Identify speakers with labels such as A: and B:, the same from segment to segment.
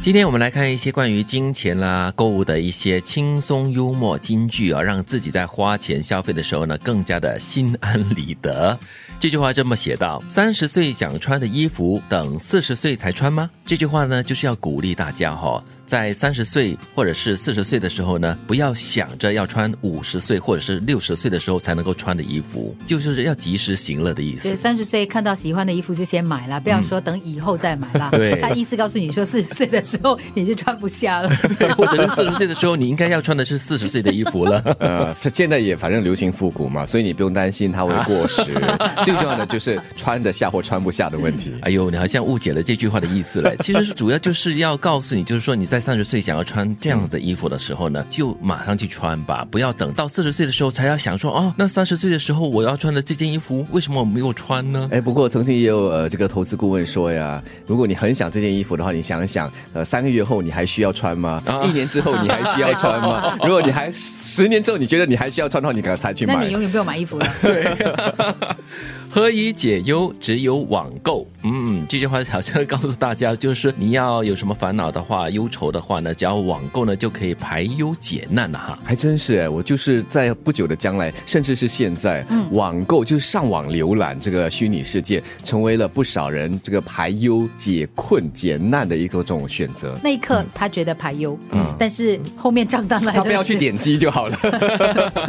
A: 今天我们来看一些关于金钱啦、购物的一些轻松幽默金句啊，让自己在花钱消费的时候呢，更加的心安理得。这句话这么写道：“三十岁想穿的衣服，等四十岁才穿吗？”这句话呢，就是要鼓励大家哈、在三十岁或者是四十岁的时候呢，不要想着要穿五十岁或者是六十岁的时候才能够穿的衣服，就是要及时行乐的意思
B: 就是。三十岁看到喜欢的衣服就先买了，不要说等以后再买了。
A: 对
B: 他意思告诉你说四十岁的时候你就穿不下了。
A: 或者是四十岁的时候，你应该要穿的是四十岁的衣服了。
C: 呃，现在也反正流行复古嘛，所以你不用担心它会过时。最重要的就是穿得下或穿不下的问题。
A: 哎呦，你好像误解了这句话的意思了。其实主要就是要告诉你，就是说你在三十岁想要穿这样的衣服的时候呢，就马上去穿吧，不要等到四十岁的时候才要想说哦，那三十岁的时候我要穿的这件衣服为什么我没有穿呢？
C: 哎，不过曾经也有呃这个投资顾问说呀，如果你很想这件衣服的话，你想想，呃，三个月后你还需要穿吗？一年之后你还需要穿吗？如果你还十年之后你觉得你还需要穿的话，你赶快才去
B: 那
C: 买
B: 你。永远不要买衣服了。
A: 何以解忧，只有网购。嗯，这句话好像告诉大家，就是你要有什么烦恼的话、忧愁的话呢，只要网购呢就可以排忧解难啊了哈。
C: 还真是哎，我就是在不久的将来，甚至是现在，网购就是上网浏览这个虚拟世界，成为了不少人这个排忧解困解难的一个这种选择。
B: 那一刻他觉得排忧，但是后面账单来的
C: 他不要去
B: 时
C: 点击就好了。
B: 候，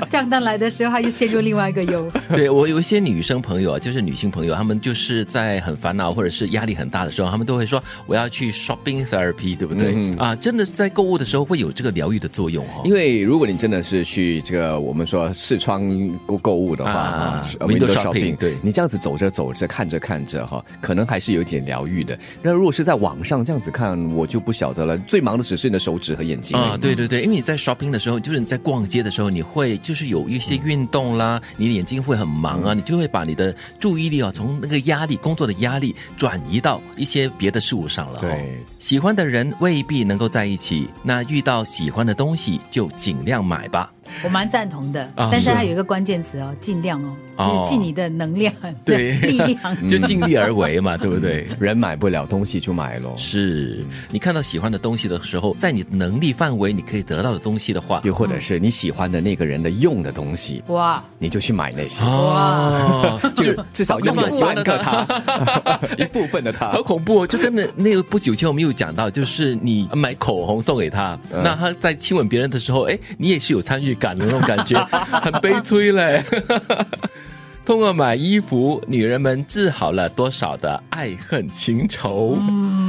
B: 账单来的时候他又陷入另外一个忧。
A: 对我有一些女生朋友啊，就是女性朋友，她们就是在很烦恼或者是压力很大的时候，她们都会说我要去 shopping therapy，对不对？啊，真的在购物的时候会有这个疗愈的作用哦
C: 嗯因。为如果你真的是去这个我们说视窗购购物的话
A: 啊
C: 啊
A: window shopping，对
C: 你这样子走着走着看着看着哈，可能还是有一点疗愈的。那如果是在网上这样子看，我就不晓得了。最忙的只是你的手指和眼睛
A: 啊，对对对，因为你在 shopping 的时候，就是你在逛街的时候，你会就是有一些运动啦，你眼睛会很忙
C: 嗯
A: 啊，你就会把你的注意力啊，从那个压力、工作的压力转移到一些别的事物上了、哦。
C: 对，
A: 喜欢的人未必能够在一起，那遇到喜欢的东西就尽量买吧。
B: 我蛮赞同的，
A: 啊
B: 但是
A: 是
B: 它有一个关键词哦，尽量哦，
A: 哦
B: 就是尽你的能量、
A: 对
B: 力 量。
A: 就尽力而为嘛，对不对？
C: 嗯人买不了东西就买咯。
A: 是你看到喜欢的东西的时候，在你能力范围你可以得到的东西的话，
C: 又或者是你喜欢的那个人的用的东西，
B: 哇，
C: 你就去买那些，
A: 哦，
C: 啊就
A: 就
C: 至少拥有半个他， 一部分的他
A: 好。恐怖哦！就跟那那个不久前我们有讲到，就是你买口红送给他，那他在亲吻别人的时候，哎，你也是有参与感的那种感觉，很悲催嘞。 通过买衣服，女人们治好了多少的爱恨情仇？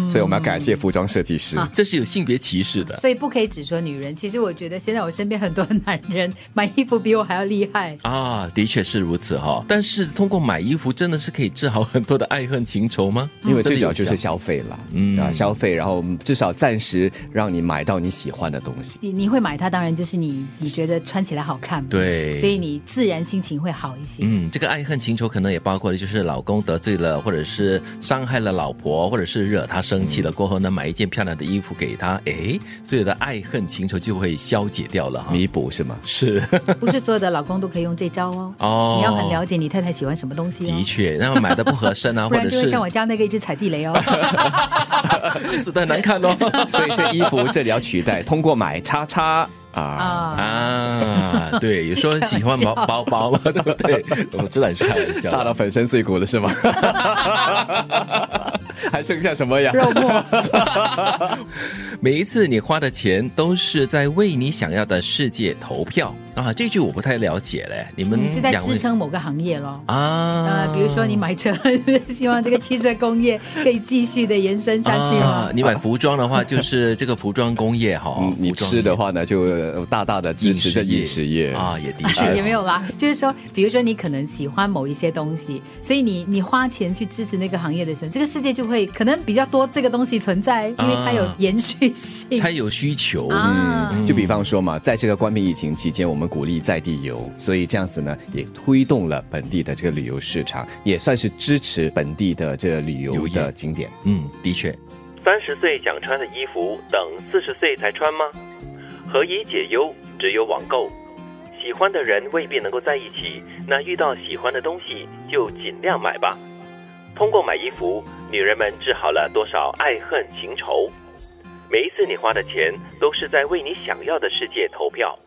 C: 所以我们要感谢服装设计师。
A: 这是有性别歧视的。
B: 所以不可以只说女人。其实我觉得现在我身边很多男人买衣服比我还要厉害。
A: 啊，的确是如此哈、但是通过买衣服，真的是可以治好很多的爱恨情仇吗？
C: 因
A: 真
C: 为
A: 的
C: 最主
A: 有
C: 要就
A: 效
C: 是消费了，嗯啊，消费，然后至少暂时让你买到你喜欢的东西。
B: 你你会买它，当然就是你你觉得穿起来好看嘛，
A: 对
B: 所以你自然心情会好一些。
A: 嗯，这个爱恨情仇可能也包括了，就是老公得罪了，或者是伤害了老婆，或者是惹她生气了，过后呢，买一件漂亮的衣服给她，诶，所有的爱恨情仇就会消解掉了哈。
C: 弥补嗯是吗？
A: 是
B: 不是所有的老公都可以用这招哦。
A: 哦
B: 你要很了解你太太喜欢什么东西哦
A: 的，确，然后买的不合身 啊，
B: 不
A: 或
B: 然
A: 者
B: 就会
A: 是
B: 像我家那个一直踩地雷哦。
A: 就死的难看 哦。
C: 所以这衣服这里要取代，通过买叉叉 啊，
B: 啊，
A: 啊，对，有时候喜欢包
B: 开玩笑
A: 包包嘛，对不对？我知道你是开玩笑
C: 炸
A: 的。
C: 到粉身碎骨了 是吗？还剩下什么呀？
B: 肉末。
A: 每一次你花的钱都是在为你想要的世界投票啊，这句我不太了解嘞。你们
B: 嗯，就在
A: 两
B: 支
A: 位
B: 撑某个行业咯。
A: 啊
B: 呃，比如说你买车， 希望这个汽车工业可以继续的延伸下去哦吗
A: 啊？你买服装的话，就是这个服装工业哈、
C: 嗯你
A: 服装
C: 吃的
A: 业
C: 话呢，就大大的支持着饮食业啊。
A: 啊，也的
B: 也
A: 确。
B: 没有啦，就是说，比如说你可能喜欢某一些东西，所以你你花钱去支持那个行业的时候，这个世界就会可能比较多这个东西存在，因为它有延续性
A: 它有需求，
B: 啊。
C: 就比方说嘛，在这个冠病疫情期间，我们鼓励在地游，所以这样子呢，也推动了本地的这个旅游市场，也算是支持本地的这个旅游的景点。
A: 嗯，的确，
D: 三十岁想穿的衣服，等四十岁才穿吗？何以解忧，只有网购。喜欢的人未必能够在一起，那遇到喜欢的东西就尽量买吧。通过买衣服，女人们治好了多少爱恨情仇？每一次你花的钱都是在为你想要的世界投票。